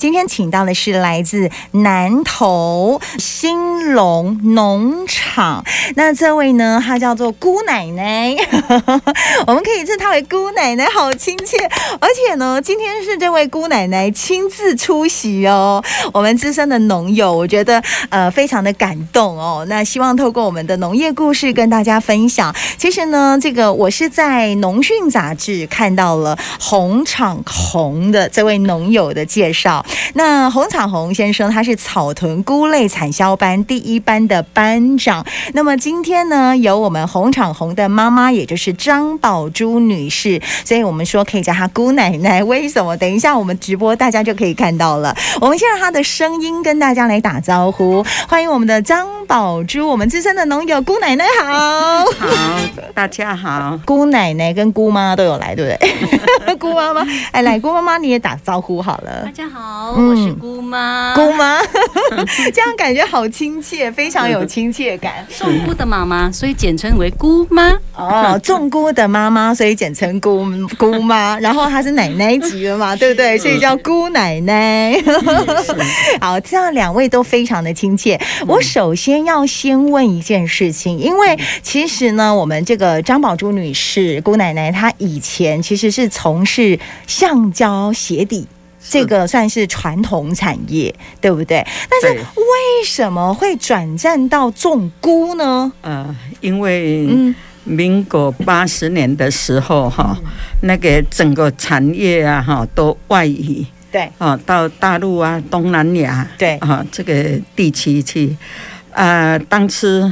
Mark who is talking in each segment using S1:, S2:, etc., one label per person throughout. S1: 今天请到的是来自南投兴隆农场，那这位呢，她叫做姑奶奶， 我们可以称她为姑奶奶，好亲切。而且呢，今天是这位姑奶奶亲自出席哦， 我们资深的农友，我觉得呃非常的感动哦。那希望透过我们的农业故事跟大家分享。其实呢，这个我是在农讯杂志看到了红场红的这位农友的介绍。那红场红先生他是草屯菇类产销班第一班的班长。那么今天呢，由我们红场红的妈妈，也就是张宝珠女士，所以我们说可以叫她姑奶奶。为什么？等一下我们直播大家就可以看到了。 我们先让她的声音跟大家来打招呼，欢迎我们的张宝珠，我们资深的农友姑奶奶好。
S2: 好，大家好，
S1: 姑奶奶跟姑妈都有来，对不对？ 姑妈妈，哎，来，姑妈妈你也打招呼好了
S3: 大。家好，
S1: 嗯
S3: 我是姑妈，
S1: 姑妈， 这样感觉好亲切，非常有亲切感
S3: 送姑的妈妈，所以简称为姑妈。
S1: 哦。种姑的妈妈，所以简称姑姑 妈，然后她是嗯奶奶级的嘛，对不对？所以叫姑奶奶。 好，这样两位都非常的亲切。我首先要先问一件事情，因为其实呢，我们这个张宝珠女士姑奶奶，她以前其实是从事橡胶鞋底。这个算是传统产业，对不对？但是
S2: 对
S1: 为什么会转战到种菇呢？
S2: 呃，因为
S1: 嗯，
S2: 民国八十年的时候哈，那个整个产业啊哈都外移
S1: 对
S2: 啊，到大陆啊、东南亚
S1: 对
S2: 啊这个地区去。啊、当时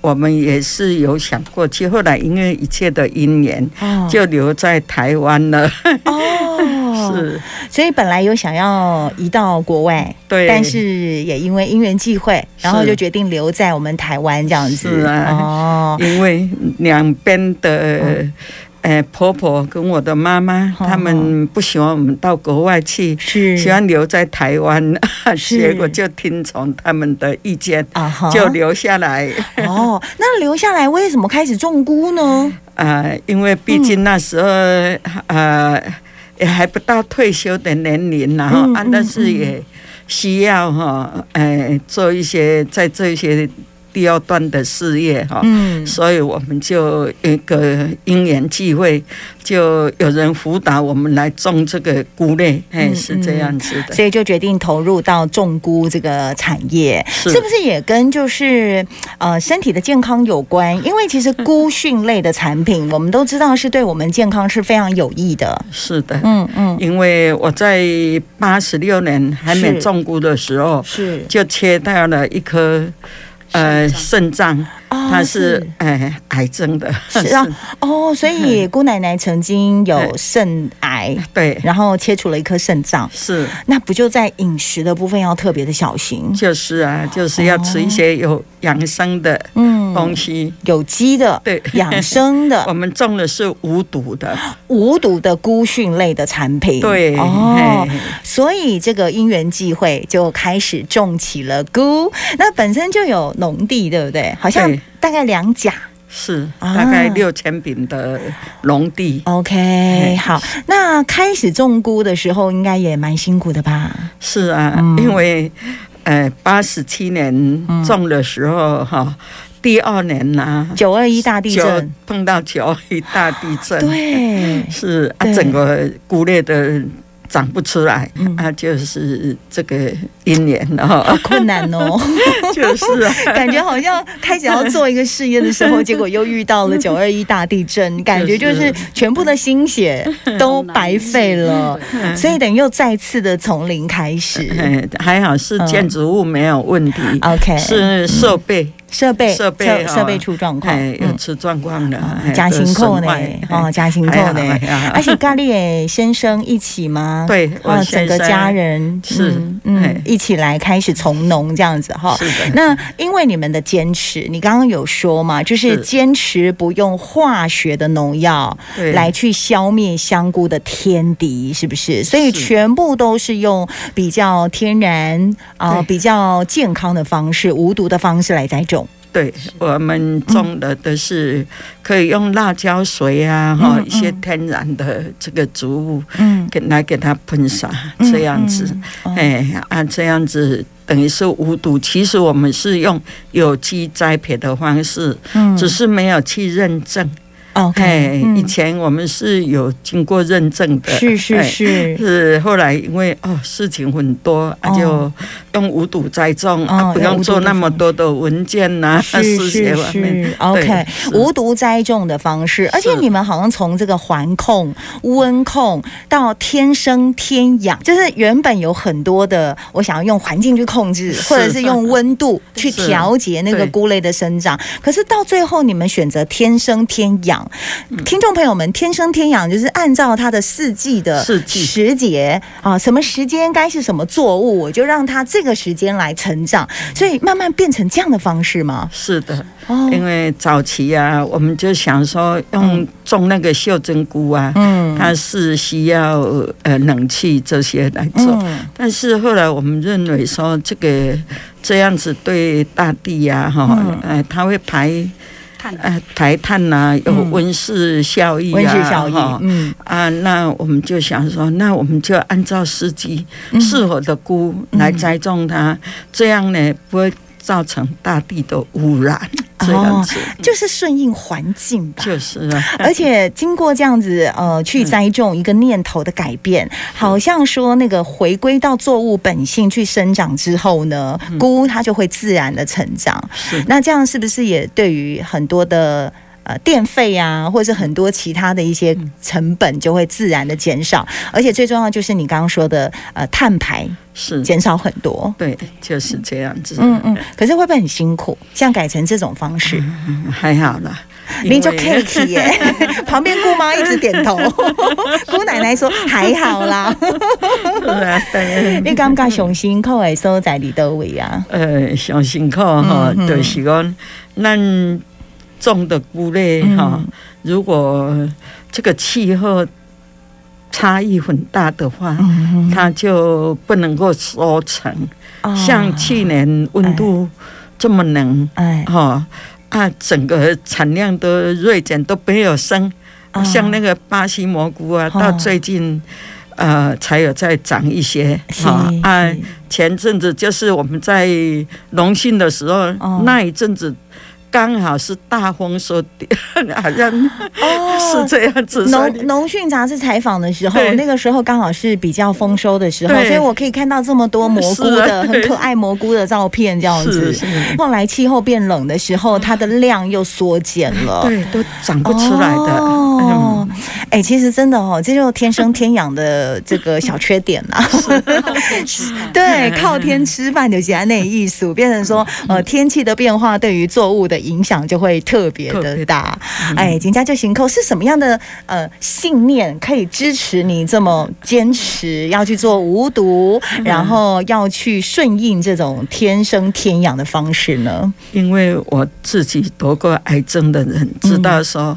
S2: 我们也是有想过去，后来因为一切的因缘，
S1: 哦
S2: 就留在台湾了。
S1: 哦，
S2: 是，
S1: 所以本来有想要移到国外，
S2: 对，
S1: 但是也因为因缘际会，然后
S2: 是
S1: 就决定留在我们台湾这样子。
S2: 是啊
S1: 哦，
S2: 因为两边的、呃婆婆跟我的妈妈，
S1: 哦
S2: 他们不喜欢我们到国外去，
S1: 是
S2: 喜欢留在台湾，
S1: 是
S2: 结果就听从他们的意见。
S1: 啊哈
S2: 就留 下来，
S1: 哦，那留下来为什么开始种菇呢？
S2: 呃，因为毕竟那时候，呃，也还不到退休的年龄然后
S1: 嗯
S2: 啊
S1: 嗯，
S2: 但是也需要哈，呃，做一些在这一些第二段的事业哈，
S1: 嗯，
S2: 所以我们就一个因缘际会，就有人辅导我们来种这个菇类，哎、
S1: 嗯
S2: 是这样子的。
S1: 所以就决定投入到种菇这个产业。
S2: 是
S1: 是不是也跟就是呃身体的健康有关？因为其实 菇蕈类的产品，我们都知道是对我们健康是非常有益的。
S2: 是的，
S1: 嗯嗯，
S2: 因为我在八十六年还没
S1: 是
S2: 种菇的时候，
S1: 是
S2: 就切掉了一颗呃肾脏，
S1: 啊
S2: 它是哎癌症的，
S1: 是 啊哦，所以姑奶奶曾经有
S2: 嗯
S1: 肾癌，
S2: 哎对，
S1: 然后切除了一颗肾脏，
S2: 是。
S1: 那不就在饮食的部分要特别的小心？
S2: 就是啊，就是要吃一些有养生的
S1: 嗯
S2: 东，西。
S1: 有机的、
S2: 对
S1: 养生
S2: 我
S1: 的、
S2: 们种的是无毒的，
S1: 无毒的菇蕈类的产品。
S2: 对，
S1: 哦
S2: 嘿，
S1: 所以这个因缘际会就开始种起了菇。那本身就有农地，对不对？好像
S2: 对
S1: 大概两甲。
S2: 是，
S1: 啊
S2: 大概六千坪的农地。
S1: OK，好。那开始种菇的时候，应该也蛮辛苦的吧？
S2: 是啊，
S1: 嗯
S2: 因为呃，八十七年种的时候哈、第二年呢、
S1: 九二一大地
S2: 就
S1: 震，
S2: 碰到九一大地震，
S1: 对，
S2: 是啊，
S1: 对
S2: 整个菇类的长不出来、
S1: 嗯
S2: 啊，就是这个姻缘了
S1: 好
S2: 哈，
S1: 困难哦。
S2: 就是啊。
S1: 感觉好像开始要做一个事业的时候，结果又遇到 了九二一大地震，感觉就是全部的心 血都白费了，所以等于又再次的从零开 始。
S2: 哎还好是建筑物没有问题，
S1: 嗯 OK，
S2: 是设备，
S1: 设备
S2: 设备
S1: 设
S2: 哦
S1: 设备出状况，
S2: 哎，有
S1: 嗯，
S2: 出状况了，哎
S1: 加
S2: 都
S1: 薪扣
S2: 损
S1: 呢
S2: 坏，
S1: 哦，
S2: 哎
S1: 加薪
S2: 还
S1: 扣
S2: 好
S1: 呢
S2: 还，好
S1: 而且咖喱先生一起吗？。
S2: 对，我
S1: 哦，整
S2: 先
S1: 个
S2: 生
S1: 家人
S2: 是
S1: 嗯嗯
S2: 哎，
S1: 一起来开始从农这样子哈。
S2: 是的，
S1: 那因为你们的坚持，你刚刚有说嘛，就是
S2: 是
S1: 坚持不用化学的农药
S2: 对
S1: 来去消灭香菇的天敌，是不是？所以
S2: 是
S1: 全部都是用比较天然啊、呃
S2: 对
S1: 比较健康的方式、无毒的方式来栽种。
S2: 对我们种的都是可以用辣椒水啊，哈、
S1: 嗯
S2: 一些天然的这个植物，
S1: 嗯，
S2: 给来给它喷洒，
S1: 嗯
S2: 这样子，，
S1: 嗯哦
S2: 哎啊，这样子等于是无毒。其实我们是用有机栽培的方式，
S1: 嗯
S2: 只是没有去认证。哎
S1: ，OK，，
S2: 以
S1: 嗯
S2: 前我们是有经过认证的，
S1: 是是
S2: 哎
S1: 是，
S2: 是后来因为哦事情很多啊，
S1: 哦
S2: 就用无毒栽种、
S1: 哦
S2: 啊，不
S1: 用无
S2: 用
S1: 毒
S2: 做
S1: 的
S2: 那么多的文件呐、 啊，
S1: 是
S2: 些
S1: 是
S2: 方面。
S1: 是，OK，
S2: 是
S1: 无毒栽种的方式，而且
S2: 是
S1: 你们好像从这个环控、温控到天生天养，就是原本有很多的，我想要用环境去控制，
S2: 是
S1: 或者是用温 度去
S2: 是
S1: 调节那个
S2: 对
S1: 菇类的生长，可是到最后你们选择天生天养，
S2: 嗯
S1: 听众朋友们，天生天养就是按照它的四季的
S2: 四季
S1: 时节啊，什么时间该是什么作物，我就让它这个时间来成长，所以慢慢变成这样的方式吗？
S2: 是的，
S1: 哦，
S2: 因为早期啊，我们就想说用种那个袖珍菇啊，
S1: 嗯
S2: 它是需要呃冷气这些来做，
S1: 嗯
S2: 但是后来我们认为说这个这样子对大地呀、哈、
S1: 嗯
S2: 呃，它会排
S3: 看
S2: 呃排碳呐、有
S1: 嗯
S2: 温室效益、啊，
S1: 温室效益
S2: 哈，
S1: 嗯
S2: 啊，那我们就想说，那我们就按照时机
S1: 嗯
S2: 适合的菇来栽种它，这样呢不会造成大地的污染，
S1: 哦
S2: 这样子、
S1: 就是顺应环境吧。
S2: 就是啊，
S1: 而且经过这样子呃去栽种一个念头的改变，好像说那个回归到作物本性去生长之后呢，菇它就会自然的成长。
S2: 是
S1: 那这样嗯是不是也对于很多的呃电费啊，或者是很多其他的一些成本就会自然的减少？而且最重要就是你刚刚说的呃碳排
S2: 是，
S1: 减少很多。
S2: 对，就是这样子，
S1: 嗯嗯，可是会不会很辛苦？像改成这种方式，
S2: 还好啦，
S1: 你就
S2: 嗯因为
S1: cake 耶， 旁边姑妈一直点头，姑奶奶说还好 啦。
S2: 对啊 对啊
S1: 你感觉上辛苦的所在伫倒位啊？
S2: 呃，上辛苦哈，
S1: 嗯嗯
S2: 就是讲咱种的菇类哈，
S1: 嗯
S2: 如果这个气候差异很大的话，
S1: 嗯
S2: 它就不能够收成。
S1: 哦
S2: 像去年温度这么冷
S1: 哎
S2: 哈，啊，整个产量都锐减都没有升，
S1: 哦
S2: 像那个巴西蘑菇啊，
S1: 哦
S2: 到最近。呃，才有再长一些
S1: 是
S2: 哈啊
S1: 是，
S2: 前阵子就是我们在农训的时候，
S1: 哦
S2: 那一阵子刚好是大丰收 的，好像是
S1: 哦。
S2: 这样子。所以
S1: 农农讯杂志采访的时候，
S2: 对
S1: 那个时候刚好是比较丰收的时候，
S2: 对
S1: 所以我可以看到这么多蘑菇
S2: 是
S1: 的、
S2: 啊
S1: 很
S2: 对
S1: 可爱蘑菇的照片，这样
S2: 是
S1: 子。
S2: 是，嗯
S1: 后来气候变冷的时候，它的量又缩减了。
S2: 对，都长不出来的。嗯
S1: 哦，哎、其实真的哦，这就是天生天养的这个小缺点啦、 对，靠天吃饭就是安那艺术，变成说，
S2: 嗯
S1: 呃，天气的变化对于作物的影响就会特别
S2: 特
S1: 的
S2: 别嗯
S1: 大。哎，人家就行扣是什么样的呃信念可以支持你这么坚持要去做无毒，
S2: 嗯
S1: 然后要去顺应这种天生天养的方式呢？
S2: 因为我自己得过癌症的人，
S1: 嗯
S2: 知道说，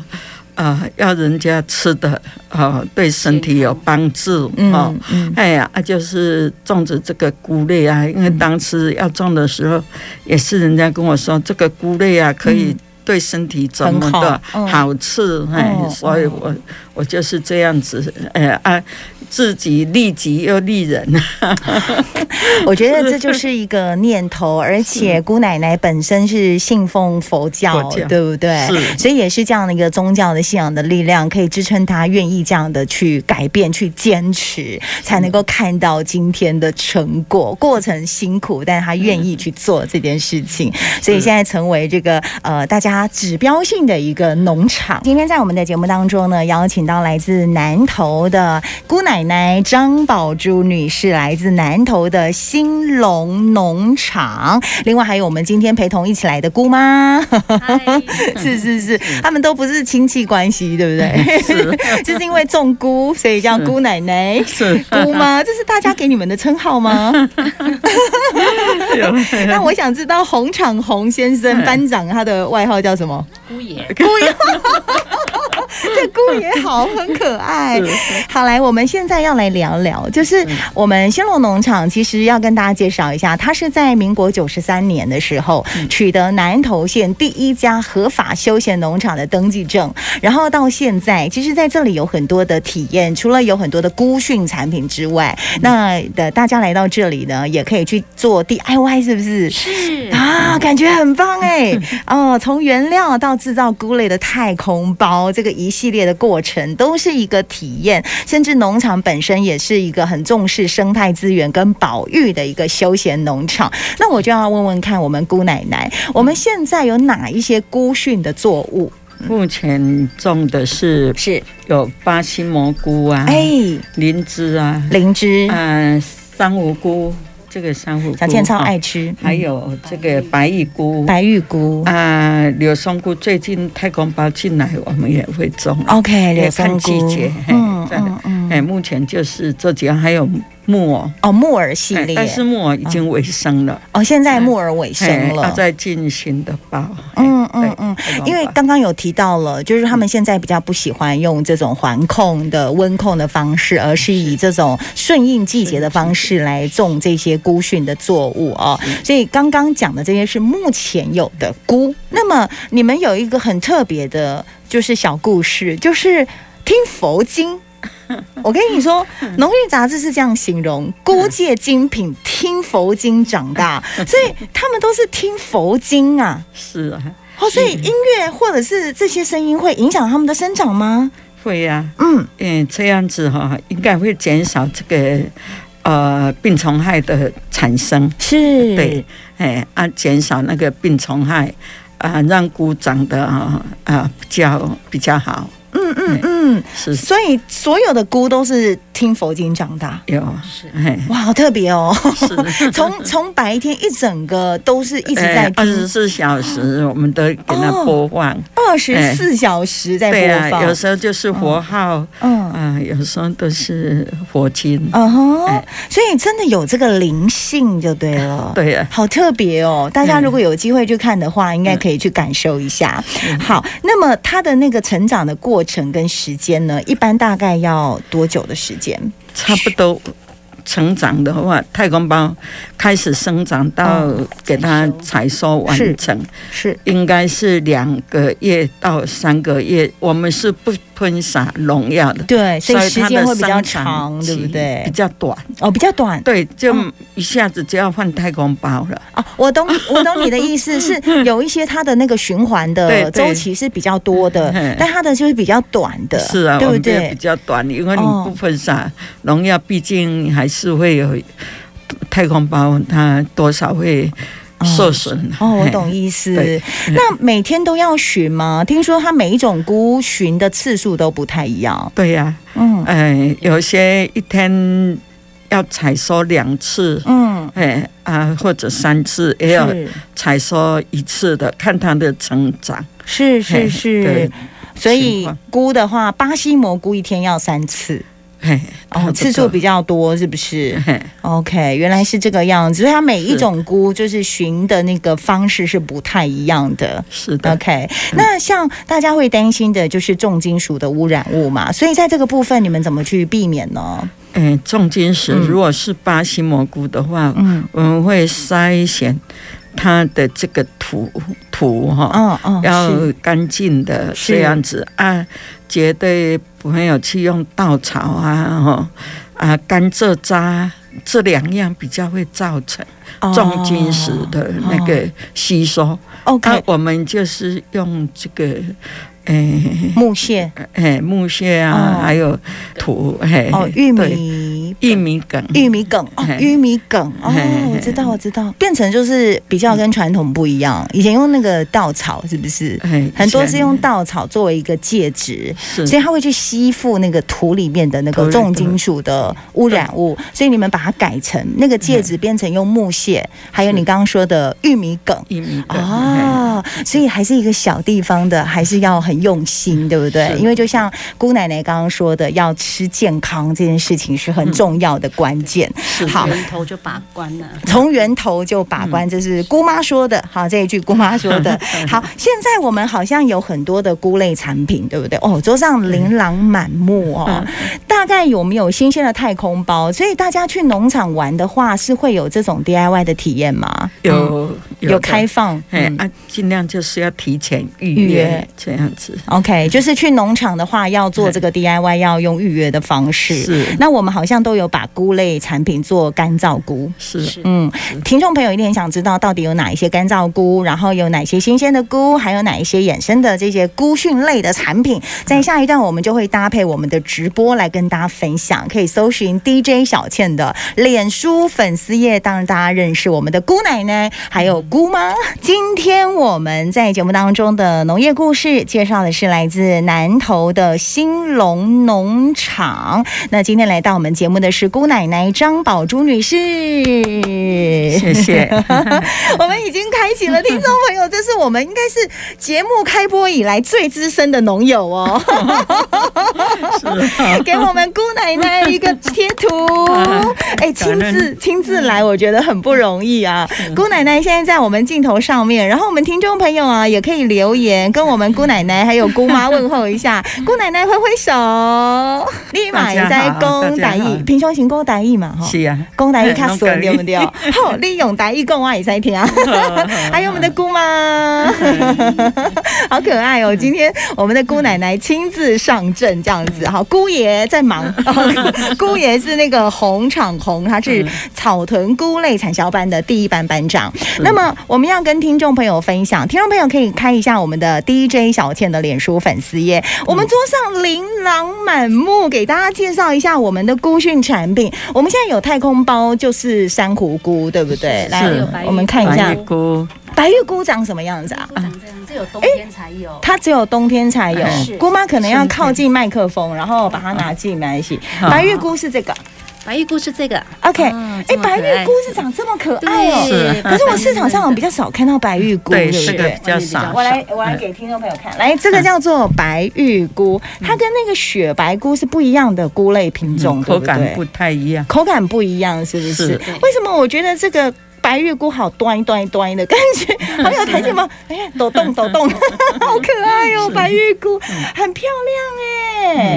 S2: 呃，要人家吃的，呃，对身体有帮助，哦。
S1: 嗯嗯
S2: 哎呀，啊，就是种植这个菇类啊，因为当时要种的时候，也是人家跟我说，这个菇类啊可以对身体怎么的
S1: 嗯很好嗯
S2: 好吃，哎
S1: 哦，
S2: 所以我我就是这样子，哎啊，自己利己又利人，
S1: 我觉得这就是一个念头，而且姑奶奶本身是信奉佛教，
S2: 佛教
S1: 对不对？
S2: 是
S1: 所以也是这样的一个宗教的信仰的力量，可以支撑她愿意这样的去改变、去坚持，才能够看到今天的成果。过程辛苦，但她愿意去做这件事情，所以现在成为这个呃大家指标性的一个农场。今天在我们的节目当中呢，邀请到来自南投的姑奶奶张宝珠女士，来自南投的兴隆农场。另外还有我们今天陪同一起来的姑妈，
S3: 嗨
S1: 是是是，他们都不是亲戚关系，对不对？是， 就是因为种菇，所以叫姑奶奶、
S2: 是
S1: 姑妈，这是大家给你们的称号吗？那我想知道红场红先生班长他的外号叫什么？
S3: 姑爷，
S1: 姑爷， 这菇也好，很可爱。
S2: 是
S1: 好，来，我们现在要来聊聊，就是我们兴隆农场，其实要跟大家介绍一下，它是在民国九十三年的时候取得南投县第一家合法休闲农场的登记证，然后到现在，其实在这里有很多的体验，除了有很多的孤训产品之外，那的大家来到这里呢，也可以去做 DIY，是不是？
S3: 是
S2: 嗯
S1: 啊，感觉很棒 哎！哦，从原料到制造菇类的太空包，这个一系列的过程都是一个体验，甚至农场本身也是一个很重视生态资源跟保育的一个休闲农场。那我就要问问看，我们姑奶奶，我们现在有哪一些菇蕈的作物？
S2: 目前种的是
S1: 是，
S2: 有巴西蘑菇啊，
S1: 哎，
S2: 灵芝啊，
S1: 灵芝，
S2: 嗯、珊瑚菇，这个珊瑚菇，
S1: 小倩超
S2: 哈
S1: 爱嗯吃，
S2: 还有这个白玉菇
S1: 白玉菇。
S2: 啊、柳松菇，最近太空包进来，我们也会种。
S1: OK，
S2: 也
S1: 柳松
S2: 看季
S1: 菇
S2: 节，嘿
S1: 嗯
S2: 在
S1: 嗯 嗯，
S2: 哎，目前就是这几样，还有木耳，
S1: 哦，木耳系
S2: 哎
S1: 列，
S2: 但是木耳已经尾声了，
S1: 哦，现在木耳尾
S2: 哎
S1: 声了
S2: 要，再进行的包。哎
S1: 嗯嗯嗯，
S2: 对
S1: 因为刚刚有提到了，就是他们现在比较不喜欢用这种环控的温控的方式，而是以这种顺应季节的方式来种这些菇蕈的作物哦。所以刚刚讲的这些是目前有的菇。那么你们有一个很特别的，就是小故事，就是听佛 经。我跟你说，《农业杂志》是这样形容：菇界精品，听佛经长 大，所以他们都是听佛经啊。
S2: 是啊，
S1: 哦，所以音乐或者是这些声音会影响他们的生长吗？
S2: 会呀、
S1: 嗯，
S2: 嗯，这样子哈、应该会减少这个呃病虫害的产生，
S1: 是
S2: 对，哎啊，减少那个病虫害啊，让菇长得啊啊比较比较好，
S1: 嗯嗯嗯，
S2: 是
S1: 所以所有的菇都是听佛经长大，
S2: 有，
S3: 是
S2: 哎
S1: 哇，好特别哦！。
S2: 是
S1: 从从白天一整个都是一直在
S2: 哎二十
S1: 听，
S2: 四小时，我们都给它
S1: 哦
S2: 播放。
S1: 二十四小时在
S2: 对
S1: 播，
S2: 啊
S1: 放
S2: 有，时候就是佛号，
S1: 嗯
S2: 啊、有时候都是佛经。
S1: 嗯哼
S2: 哎，
S1: 所以真的有这个灵性就对了。
S2: 对啊，
S1: 好特别哦！大家如果有机会去看的话，应该可以去感受一下。好，那么它的那个成长的过程跟时间呢，一般大概要多久的时间？
S2: 差不多成长的话，太空包开始生长到给它采收
S1: 嗯是
S2: 完成，
S1: 是
S2: 应该是两个月到三个月。我们是不喷洒农药的，
S1: 对，所以时
S2: 它的
S1: 间会比较
S2: 生长
S1: 长，对
S2: 期
S1: 不对
S2: 比？较短，
S1: 哦，比较短
S2: 对，就
S1: 嗯
S2: 一下子就要换太空包了。
S1: 哦。我懂，我懂你的意思是有一些它的那个循环的
S2: 对对
S1: 周期是比较多的
S2: 嗯，
S1: 但它的就是比较短的，
S2: 是
S1: 嗯
S2: 啊，
S1: 对
S2: 我
S1: 不
S2: 们这个
S1: 对
S2: 比？较短，因为你
S1: 哦
S2: 不喷洒农药，毕竟还是会有太空包，它多少会受损。
S1: 哦，我
S2: 嘿
S1: 懂意思
S2: 对。
S1: 那每天都要巡吗？听说它每一种菇巡的次数都不太一样。
S2: 对呀、
S1: 嗯
S2: 哎，有些一天要采收两次，
S1: 嗯，
S2: 哎啊，或者三次，也有采收一次的，看它的成长。
S1: 是是
S2: 嘿
S1: 是
S2: 对，
S1: 所
S2: 情
S1: 以
S2: 况
S1: 菇的话，巴西蘑菇一天要三次，
S2: 嘿，差
S1: 哦，
S2: 不
S1: 次数
S2: 多
S1: 比较多，是不是
S2: 嘿
S1: ？OK，原来是这个样子，所以它每一
S2: 是
S1: 种菇就是寻的那个方式是不太一样的。
S2: 是的，
S1: OK，那像大家会担心的就是重金属的污染物嘛，所以在这个部分你们怎么去避免呢？
S2: 哎，重金属
S1: 嗯
S2: 如果是巴西蘑菇的话，
S1: 嗯
S2: 我们会筛选它的这个土土哈、
S1: 嗯嗯，
S2: 哦要
S1: 是
S2: 干净的
S1: 是
S2: 这样子啊，绝对没有去用稻草啊，哈啊甘蔗渣这两样比较会造成重金属
S1: 哦
S2: 的那个吸收。
S1: OK，、
S2: 啊，我们就是用这个，诶、
S1: 木屑
S2: 诶木屑啊，
S1: 哦
S2: 还有土，嘿、
S1: 哦，玉
S2: 哎对
S1: 米
S2: 玉米梗，
S1: 玉米梗哦，
S2: 嘿
S1: 玉米梗哦
S2: 嘿嘿，嘿
S1: 我知道，我知道，变成就是比较跟传统不一样。以前用那个稻草，是不是？
S2: 嘿
S1: 很多
S2: 以前
S1: 是用稻草作为一个介质，
S2: 呃是
S1: 所以它会去吸附那个土里面的那
S2: 土
S1: 个
S2: 里
S1: 重金属的污染物，所以你们把它改成那个介质，变成用木屑，还有你刚刚说的玉米梗。
S2: 玉米梗。嘿
S1: 哦，所以还是一个小地方的，还是要很用心，对不对？
S2: 是嗯
S1: 因为就像姑奶奶刚刚说的，要吃健康这件事情是很重重要的关键。好，
S3: 源头就把关了。
S1: 从源头就把
S2: 嗯
S1: 关，这是姑妈说的。好，这一句姑妈说 的。好，现在我们好像有很多的菇类产品，对不对？哦，桌上琳琅满目
S2: 嗯
S1: 哦。大概有没有新鲜的太空包？所以大家去农场玩的话，是会有这种 DIY 的体验吗？嗯
S2: 有
S1: 有
S2: 的
S1: 开放，
S2: 哎
S1: 嗯
S2: 啊，尽量就是要提前预
S1: 预
S2: 约
S1: 约
S2: 这样子。
S1: ，OK，就是去农场的话，要做这个 DIY 要用预约的方式。
S2: 是
S1: 那我们好像都有把菇类产品做干燥菇，
S2: 是，
S1: 嗯，听众朋友一定很想知道到底有哪一些干燥菇，然后有哪些新鲜的菇，还有哪一些衍生的这些菇讯类的产品。在下一段，我们就会搭配我们的直播来跟大家分享，可以搜寻 DJ 小倩的脸书粉丝页，当然大家认识我们的姑奶奶还有姑妈。今天我们在节目当中的农业故事介绍的是来自南投的兴隆农场。那今天来到我们节目的是姑奶奶张宝珠女士，
S2: 谢谢。
S1: 我们已经开启了，听众朋友，这是我们应该是节目开播以来最资深的农友哦，哎给我们姑奶奶一个贴 图，哎，亲
S2: 感
S1: 自
S2: 恩嗯
S1: 亲自来，我觉得很不容易啊。姑奶奶现在在我们镜头上面，然后我们听众朋友啊，也可以留言跟我们姑奶奶还有姑妈问候一 下，姑奶奶挥挥手，立马也在公
S2: 大
S1: 台
S2: 家好
S1: 语，平常行公台语嘛哈。
S2: 是啊，
S1: 讲台语较 顺
S2: 嗯
S1: 对不对？好，你用台语讲我也在听，啊还有我们的姑妈， 好可爱哦！今天我们的姑奶奶亲自上阵这样子，好，姑爷在忙， 姑爷是那个红场红，他是草屯菇类产销班的第一班班长。那么我们要跟听众朋友分享，听众朋友可以开一下我们的 DJ 小倩的脸书粉丝页，我们桌上琳琅满目，给大家介绍一下我们的菇讯产品。我们现在有太空包，就是珊瑚菇，对不对？来
S2: 是，
S1: 我们看一
S2: 白
S1: 下
S2: 玉菇
S1: 白玉菇长什么样子啊？
S3: 长这样，这有冬天才有。
S1: 它只有冬天才有
S2: 哎，
S3: 是
S1: 姑妈可能要靠近麦克风，然后把它拿进来一起。白玉菇是这个
S3: 白玉菇是这个
S1: ，OK。
S3: 嗯
S1: 哎，
S3: 这么可
S1: 白
S3: 爱
S1: 玉菇是长这么可爱哦。
S3: 对，
S2: 是
S1: 可是我市场上比较少看到白玉菇，
S2: 对
S1: 对不
S2: 这个
S1: 对
S2: 比？较少。
S1: 我来，我来给听众朋友看，来，这个叫做白玉菇，它跟那个雪白菇是不一样的菇类品种，
S2: 嗯
S1: 对
S2: 口
S1: 不
S2: 感不
S1: 对？
S2: 太一样。
S1: 口感不一样，是不是
S2: 是？
S1: 为什么我觉得这个白玉菇好端一端一端的感 觉，好有弹性吗？哎呀，抖动抖动， 好可爱哦，白玉菇
S2: 嗯
S1: 很漂亮哎。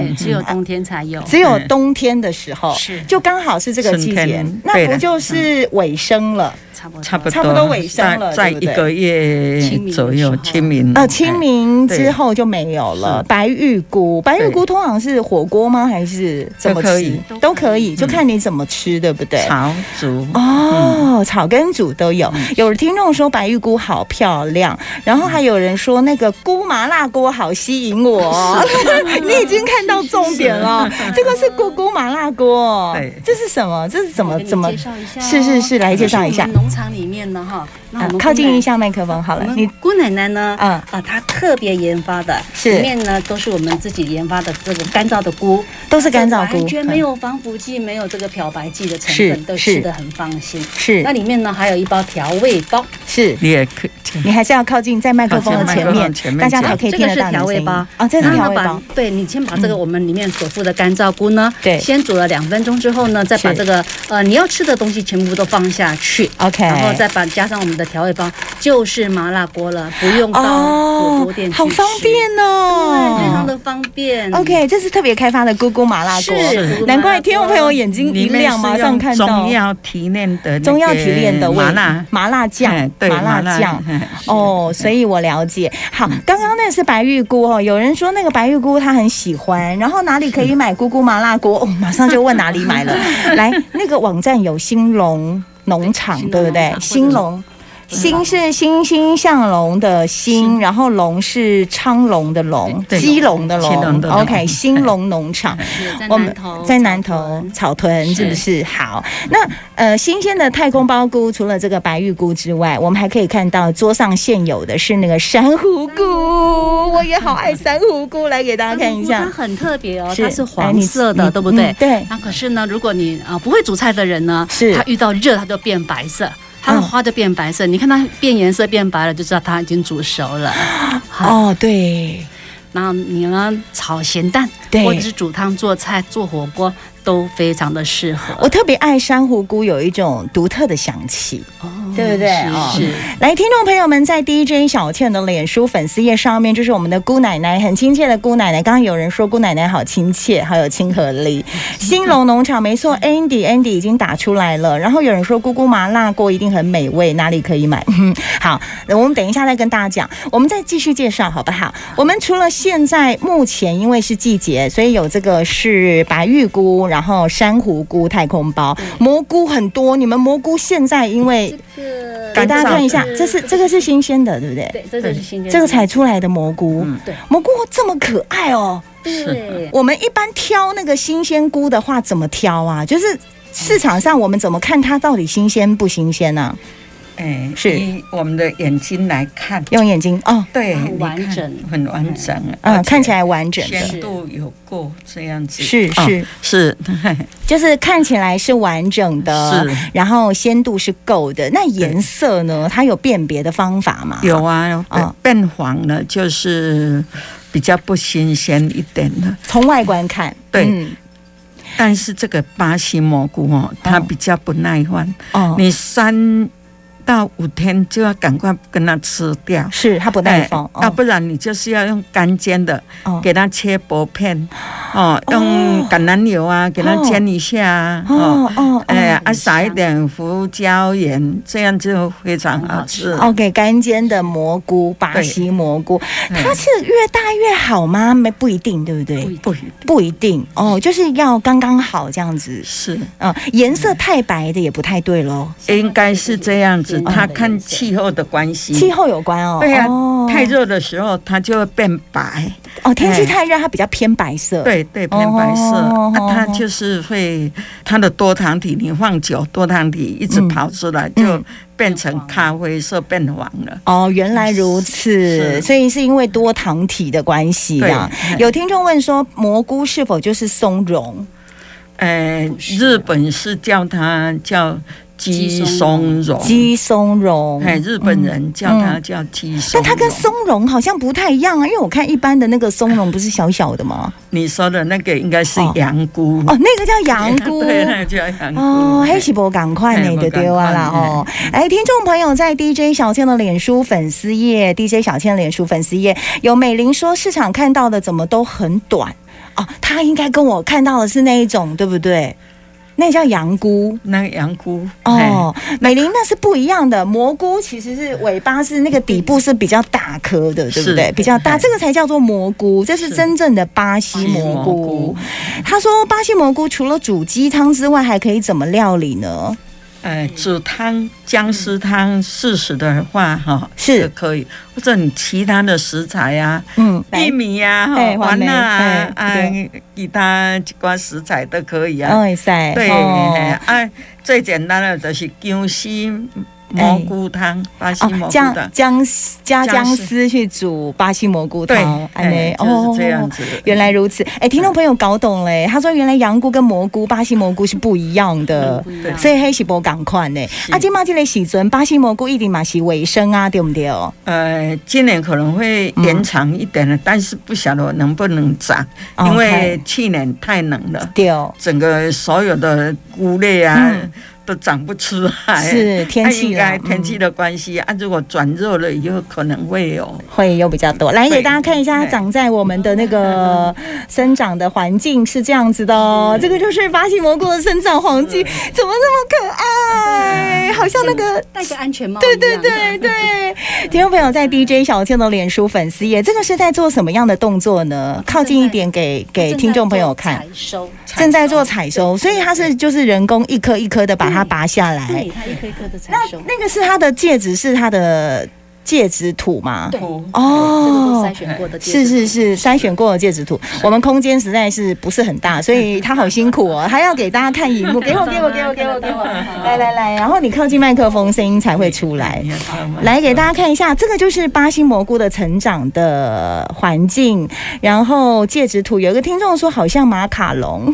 S3: 对，只有冬天才有。
S1: 只有冬天的时候，
S3: 是
S1: 就刚好是这个季
S2: 嗯春
S1: 节
S2: 天，
S1: 那
S2: 对嗯
S1: 不
S2: 了
S1: 就是尾声了？
S3: 差不多，
S2: 差不多，
S1: 差不多尾声了
S2: 在在
S1: 对不对
S2: 一个月左右，
S3: 清
S2: 清明
S1: 呃，清
S2: 哎
S1: 明
S2: 对
S1: 之后就没有了。
S2: 是
S1: 白玉菇，白玉
S2: 对
S1: 菇通常是火锅吗？还是怎么
S2: 都可
S1: 吃
S2: 以？嗯
S1: 都可以，就看你怎么吃，对不对？
S2: 潮族嗯
S1: 哦，炒跟煮都有。有听众说白玉菇好漂亮，然后还有人说那个菇麻辣锅好吸引我。 你已经看到重点了，这个是菇菇麻辣锅
S2: 对，
S1: 这是什么？这是怎
S3: 我
S1: 么
S3: 给你
S1: 怎么
S3: 介？绍一下哦
S1: 是是是来介绍一下
S3: 这是我们农场里面的哈，那我
S1: 啊
S3: 们
S1: 靠近一
S3: 下。
S1: 下麦克风好了
S3: 我，们
S1: 你
S3: 姑奶奶呢？
S1: 嗯
S3: 啊啊，她特别研发的，
S1: 是
S3: 里面呢都是我们自己研发的这个干燥的菇，
S1: 都是干燥菇嗯
S3: 完全没有防腐剂，没有这个漂白剂的成
S1: 是
S3: 分，都
S1: 是
S3: 吃的很放心。
S1: 是
S3: 那里面呢还有一包调味包，
S1: 是。
S2: 你也可以
S1: 你还是要靠近在麦克风的前
S2: 靠近麦克
S1: 面，
S2: 风前面
S1: 大家才啊可以
S3: 啊这
S1: 听
S3: 个
S1: 得
S3: 是
S1: 到你的
S3: 调
S1: 声
S3: 味
S1: 音。
S3: 包
S1: 哦，这是调味
S3: 然后
S1: 包嗯
S3: 呢，把对你先把这个我们里面所附的干燥菇呢，
S1: 对
S3: 先煮了两分钟之后呢，再把
S1: 是
S3: 这个呃你要吃的东西全部都放下去。
S1: ，OK，
S3: 然后再把加上我们的调味包，就是麻辣锅了，不用到火锅店去吃、
S1: 哦好方便哦，
S3: 对，非常的方
S2: 嗯
S3: 便。
S1: OK，这是特别开发的咕咕麻辣锅
S3: 是咕咕麻辣，锅
S1: 难怪听众朋友眼睛一
S2: 里面
S1: 亮，
S2: 是
S1: 马上
S2: 用
S1: 看到
S2: 中药提炼的那个
S1: 中药提炼的味
S2: 麻辣
S1: 麻辣酱
S2: 哎，对
S1: 麻辣酱。
S2: 哎
S1: 哦，所以我了解。好，
S2: 嗯
S1: 刚刚那是白玉菇哦，有人说那个白玉菇他很喜欢，然后哪里可以买菇菇麻辣锅？ 哦，马上就问哪里买了。来，那个网站有兴隆农场，
S2: 啊
S1: 对
S3: 对
S1: 不对？兴
S3: 兴隆农场
S1: 隆。兴是欣欣向荣的欣，然后龙是昌隆的隆，
S2: 对
S1: 基隆的
S2: 基隆
S1: 隆。
S2: 的隆
S1: OK，兴隆农场。
S3: 是在
S1: 我们
S3: 南嗯头，
S1: 在南头草屯是不是？好，那呃，新鲜的太空包菇，除了这个白玉菇之外，我们还可以看到桌上现有的是那个珊瑚菇，我也好爱珊瑚菇，来给大家看一下
S3: 它，很特别哦，
S1: 是
S3: 它是黄色的，对
S1: 来
S3: 不？对
S1: 你你嗯？对，
S3: 那可是呢，如果你啊不会煮菜的人呢，
S1: 是
S3: 它遇到热它就变白色。它的
S1: 嗯
S3: 花就变白色，你看它变颜色变白了，就知道它已经煮 熟了。好，
S1: 哦，对，
S3: 然后你呢炒咸蛋，
S1: 对
S3: 或者是煮汤做菜做火锅，都非常的适合。
S1: 我特别爱珊瑚菇，有一种独特的香气。
S3: 哦
S1: 对不对哦
S3: 是是，
S1: 来，听众朋友们，在 DJ 小倩的脸书粉丝页上面，就是我们的姑奶奶，很亲切的姑奶奶。刚刚有人说姑奶奶好亲切，好有亲和力。兴隆农场没错，Andy Andy 已经打出来了。然后有人说姑姑麻辣锅一定很美味，哪里可以买？ 好，那我们等一下再跟大家讲，我们再继续介绍好不好？我们除了现在目前因为是季节，所以有这个是白玉菇，然后珊瑚菇、太空包、蘑菇很多。你们蘑菇现在因为
S3: 这个
S1: 给
S2: 干
S1: 大家
S2: 燥
S1: 看一
S2: 的
S1: 下，这是这个是新鲜的，对不对？
S3: 对，这就是新鲜的，
S1: 这个采出来的蘑菇，
S2: 嗯
S3: 对
S1: 蘑菇这么可爱哦。
S3: 对，
S1: 我们一般挑那个新鲜菇的话，怎么挑啊？就是市场上我们怎么看它到底新鲜不新鲜啊呢、
S2: 哎，
S1: 是
S2: 以我们的眼睛来看，
S1: 用眼睛哦，
S2: 对，
S3: 很
S2: 你看
S3: 完整
S2: 很完整，
S1: 嗯，
S2: 而且
S1: 看起来完整的，
S2: 鲜度有够这样子，
S1: 是
S2: 哦
S1: 是
S2: 是，嘿
S1: 就是看起来是完整的，
S2: 是
S1: 然后鲜度是够的。那颜色呢？它有辨别的方法吗？
S2: 有啊
S1: 哦，
S2: 变黄了就是比较不新鲜一点的。
S1: 从外观看，
S2: 对
S1: 嗯
S2: 但是这个巴西蘑菇哦，它
S1: 哦
S2: 比较不耐烦，
S1: 哦，
S2: 你三到五天就要赶快跟它吃掉。
S1: 是它不耐放，
S2: 哎要不然你就是要用干煎的，
S1: 哦
S2: 给它切薄片，哦，用橄榄油啊，给它煎一下啊，哦，
S1: 哦哦哦
S2: 哎，啊，
S3: 很
S2: 撒一
S3: 香
S2: 点胡椒盐，这样就非常好吃。
S1: 哦，给干煎的蘑菇，巴西蘑菇，
S2: 对
S1: 它是越大越好吗？没不一定，对不
S3: 不
S1: 对？
S2: 嗯不一定
S1: 不一定哦，就是要刚刚好这样子。
S2: 是，
S1: 嗯，颜色太白的也不太对喽，
S2: 应该是这样子，它看气候的关系。
S1: 哦气候有关哦。
S2: 嗯对呀、
S1: 哦
S2: 太热的时候它就会变白，
S1: 哦，天气
S2: 哎
S1: 太热，它比较偏白色。，
S2: 对对，变白色。
S1: 哦
S2: 啊，它就是会它的多糖体，你放久，多糖体一直
S1: 嗯
S2: 跑出来，
S1: 嗯
S2: 就变成咖啡色，变黄了。
S1: 哦，原来如此，
S2: 是
S1: 所以是因为多糖体的关系呀
S2: 对。
S1: 有听众问说，蘑菇是否就是松茸？
S2: 呃，
S1: 啊
S2: 日本是叫它叫鸡
S3: 鸡松
S2: 松茸，
S1: 鸡松茸？
S2: 哎，哦日本人叫它
S1: 嗯
S2: 叫鸡松
S1: 但
S2: 茸。
S1: 它跟松茸好像不太一样啊，因为我看一般的那个松茸不是小小的吗？
S2: 你说的那个应该是
S1: 哦
S2: 羊菇，
S1: 哦，那个叫羊菇。
S2: 对，那个叫羊菇。
S1: 哦，
S2: 嘿
S1: 黑是无赶快呢，
S2: 嘿
S1: 就对啊啦
S2: 不同款
S1: 哦。哎，听众朋友在 DJ 小倩的脸书粉丝页，DJ 小倩脸书粉丝页有美玲说市场看到的怎么都很短哦，她应该跟我看到的是那一种，对不对？那叫羊菇
S2: 那个羊菇
S1: 哦，美玲那是不一样的。蘑菇其实是尾巴是那个底部是比较大颗的，对不
S2: 是
S1: 对？比较大，
S2: 嘿
S1: 这个才叫做蘑菇，这是
S2: 是
S1: 真正的巴西
S2: 鸡
S1: 蘑
S2: 蘑
S1: 菇
S2: 菇。，
S1: 他说，巴西蘑菇除了煮鸡汤之外，还可以怎么料理呢？
S2: 呃，煮汤
S1: 嗯
S2: 姜丝汤适时的话哈。也
S1: 是，
S2: 可以，或者你其他的食材呀、
S1: 嗯，
S2: 啊，玉米呀、哈
S1: 哎黄
S2: 丸
S1: 梅
S2: 啊，啊
S1: 哎对
S2: 其他几瓜食材都可以啊。
S1: 嗯，塞，
S2: 对，
S1: 哦
S2: 哎、啊，最简单的就是姜丝蘑菇汤，巴西蘑
S1: 哦，
S2: 菇
S1: 姜
S2: 汤，
S1: 姜加
S2: 姜
S1: 姜
S2: 丝
S1: 丝去煮巴西蘑菇
S2: 对，
S1: 汤，安
S2: 哎
S1: 内哦
S2: 就是这样子。
S1: 原来如此，哎，听众朋友搞懂嘞。他说，原来羊菇跟蘑菇、巴西蘑菇是不一样
S2: 嗯
S1: 的，
S3: 不一样
S1: 所以黑是不赶快呢。
S2: 是
S1: 啊，今嘛这个时阵，巴西蘑菇一定嘛是尾生啊，对不对哦？
S2: 呃，今年可能会
S1: 嗯
S2: 延长一点了，但是不晓得能不能长，
S1: 哦
S2: 因为去年太冷了，
S1: 对，
S2: 整个所有的菇类啊、
S1: 嗯
S2: 都长不出来。
S1: 是天气
S2: 啊应
S1: 啦
S2: 该，天气
S1: 嗯
S2: 的关系、啊，如果转热了以后可能会有。
S1: 会有比较多。来
S2: 对
S1: 给大家看一下，它
S2: 对
S1: 长在我们的那个生长的环境是这样子的哦。这个就是巴西蘑菇的生长环境，怎么那么可爱？好像那个。
S3: 戴个安全帽一
S1: 对
S3: 样，啊
S1: 对对对，听众朋友在 DJ 小倩的脸书粉丝页，这个是在做什么样的动作呢？靠近一点给给听众朋友看，
S3: 采收，
S1: 正在做采收，所以它是就是人工一颗一颗的把它拔下来
S3: 对，。它一颗一颗的采
S1: 那
S3: 收，
S1: 那个是它的介质，是它的介质土吗？
S3: 对
S1: 哦，
S3: 这个都筛选过的，
S1: 是是，是，筛选过的戒指图，我们空间实在是不是很大，所 以他好辛苦哦，还要给大家看荧幕，给我给我给我给我给我，来来来，然后你靠近麦克风，声音才会出
S2: 哎
S1: 来。来给大家看一下，这个就是巴西蘑菇的成长的环境。然后戒指图有一个听众说好像马卡 龙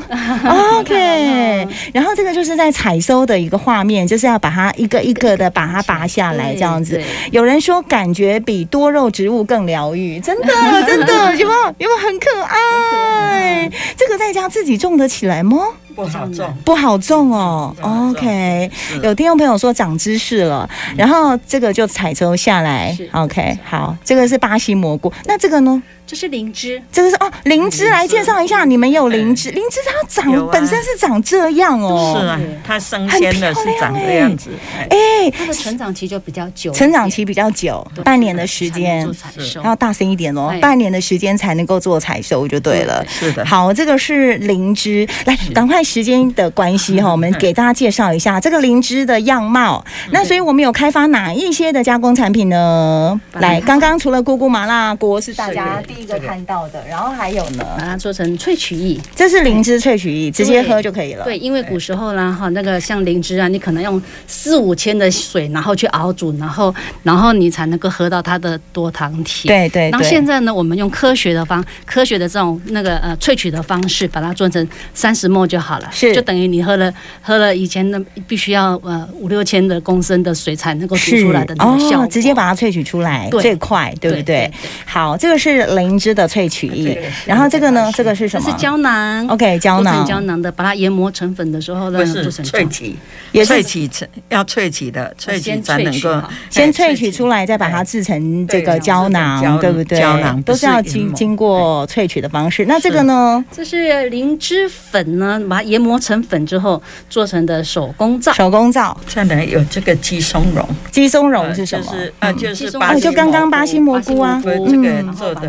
S1: ，OK。然后这个就是在采收的一个画面，就是要把它一个一个的把它拔下来，这样子
S3: 对。对
S1: 有人说感觉比多肉植物更疗愈，真的真的，有没有有没有很可爱？这个在家自己种得起来吗？
S2: 不好种。
S1: 不好种哦
S2: 不好种
S1: ，OK。
S2: 是
S1: 有听众朋友说长知识了，然后这个就采收下来
S3: 是
S1: ，OK，好，这个是巴西蘑菇，那这个呢？
S3: 这是灵芝，
S1: 这个是哦，灵芝
S2: 灵芝
S1: 来介绍一下，你们有灵芝，灵芝它
S2: 有
S1: 长
S2: 啊
S1: 本身是长这样哦，
S2: 是啊
S3: 对，
S2: 它生鲜的是长这样子。哎
S1: 哎，
S3: 它的成长期就比较久，
S1: 成长期比较久，
S3: 对
S1: 半年的时
S3: 才能
S1: 间
S3: 做，采收
S1: 要大声一点哦
S3: 哎，
S1: 半年的时间才能够做采收就对了。
S2: 是的，
S1: 哎好，这个是灵芝，来，赶快时间的关系 哈，我们给大家介绍一下这个灵芝的样貌。
S3: 嗯
S1: 那所以我们有开发哪一些的加工产品呢？
S3: 把它
S1: 来，刚刚除了姑姑麻辣锅是大家
S2: 是
S1: 第一个看到的，然后还有呢
S3: 把，它做成萃取液。
S1: 这是灵芝萃取液，直接喝就可以了。
S3: 对，因为古时候啦，哈，那个像灵芝啊，你可能用四五千的水，然后去熬煮，然后然后你才能够喝到它的多糖体。。
S1: 对对
S3: 然后现
S1: 对，
S3: 在呢，我们用科学的方、科学的这种那个呃萃取的方式，把它做成三十沫就好了，
S1: 是
S3: 就等于你喝了喝了以前的必须要呃五六千的公升的水才能够煮出来的那个效果，
S1: 哦，直接把它萃取出来
S3: 对
S1: 最快，对不
S3: 对
S1: 对
S3: 对？
S1: 好，这个是灵芝的萃取
S2: 这
S1: 液
S2: 个，是
S1: 然后这个呢，这个是
S3: 这
S1: 什
S3: 是
S1: 么？
S3: 胶囊
S1: OK，胶
S3: 做
S1: 囊
S3: 成胶囊的，把它研磨成粉的时候
S2: 不
S3: 呢，
S2: 是
S3: 做成胶
S2: 萃
S3: 囊。
S2: 取，
S1: 也是
S2: 萃取成要萃取的，萃取
S3: 先
S2: 才能
S3: 萃
S2: 够
S3: 取好
S1: 先萃取出
S2: 来。
S1: 来，再把它制成这个
S2: 对
S1: 胶囊，
S2: 对
S1: 对不对？
S2: 胶囊
S1: 都是
S2: 不是
S1: 要
S2: 研
S1: 经
S2: 磨
S1: 经过萃取的方式。那这个呢？
S3: 这是灵芝粉呢，把它研磨成粉之后做成的手工皂。
S1: 手工皂，
S2: 再来有这个鸡松茸，
S1: 鸡松茸是什么？
S2: 呃就是呃
S1: 嗯
S2: 就是
S3: 鸡松
S2: 巴
S1: 哦，
S2: 西
S1: 就刚刚巴西蘑菇啊
S2: 菇。对这个
S3: 嗯
S2: 做的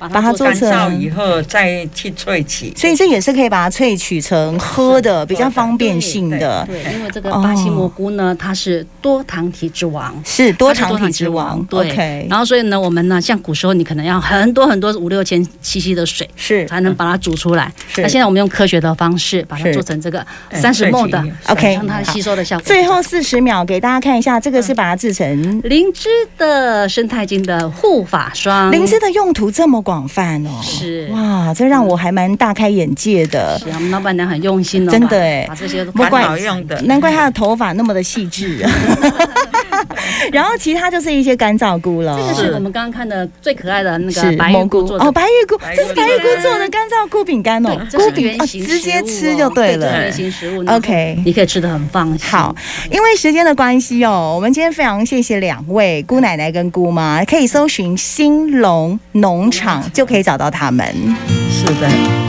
S3: 把它
S1: 把它做
S2: 干
S1: 成
S2: 燥以后再去萃取。
S1: 所以这也是可以把它萃取成喝的，比较方便性的，
S3: 对，因为这个巴西蘑菇呢，它是多糖体之王。
S1: 是多
S3: 它是
S1: 糖体之王。
S3: 对。
S1: OK，
S3: 然后所以呢，我们呢，像古时候你可能要很多很多五六千 CC 的水
S1: 是
S3: 才能把它煮出来。
S1: 是
S3: 那现在我们用科学的方式把它
S1: 是
S3: 做成这个
S2: 哎
S3: 三十 ml
S2: 萃
S3: 的
S2: 取，
S1: OK
S3: 让它吸收的效果。
S1: 最后四十秒给大家看一下，这个是把它制成。
S3: 灵芝的生态精的护发霜，
S1: 灵芝的用途这么广泛哦，
S3: 是
S1: 哇，这让我还蛮大开眼界的。
S3: 是我们老板娘很用心哦，
S1: 真的
S3: 把
S1: 哎
S3: 把这些都
S2: 蛮
S1: 怪
S2: 好用的，
S1: 难怪他的头发那么的细 致。然后其他就是一些干燥菇了。
S3: 这个是我们刚刚看的最可爱的那
S1: 是
S3: 个白
S1: 蘑
S3: 玉
S1: 菇
S3: 菇做的
S1: 哦，白玉菇
S2: 白，玉
S1: 这是白玉菇做的干燥菇饼干哦，
S3: 这
S1: 菇
S3: 啊是
S1: 饼
S3: 圆
S1: 哦，
S3: 形
S1: 直接
S3: 食物
S1: 吃
S3: 哦
S1: 就对了
S3: 这是。圆形食物
S1: OK
S3: 你可以吃的很放心。
S1: 好，因为时间的关系哦，我们今天非常谢谢两位姑奶奶跟姑妈，可以搜寻兴隆农场就可以找到他们。
S2: 是的。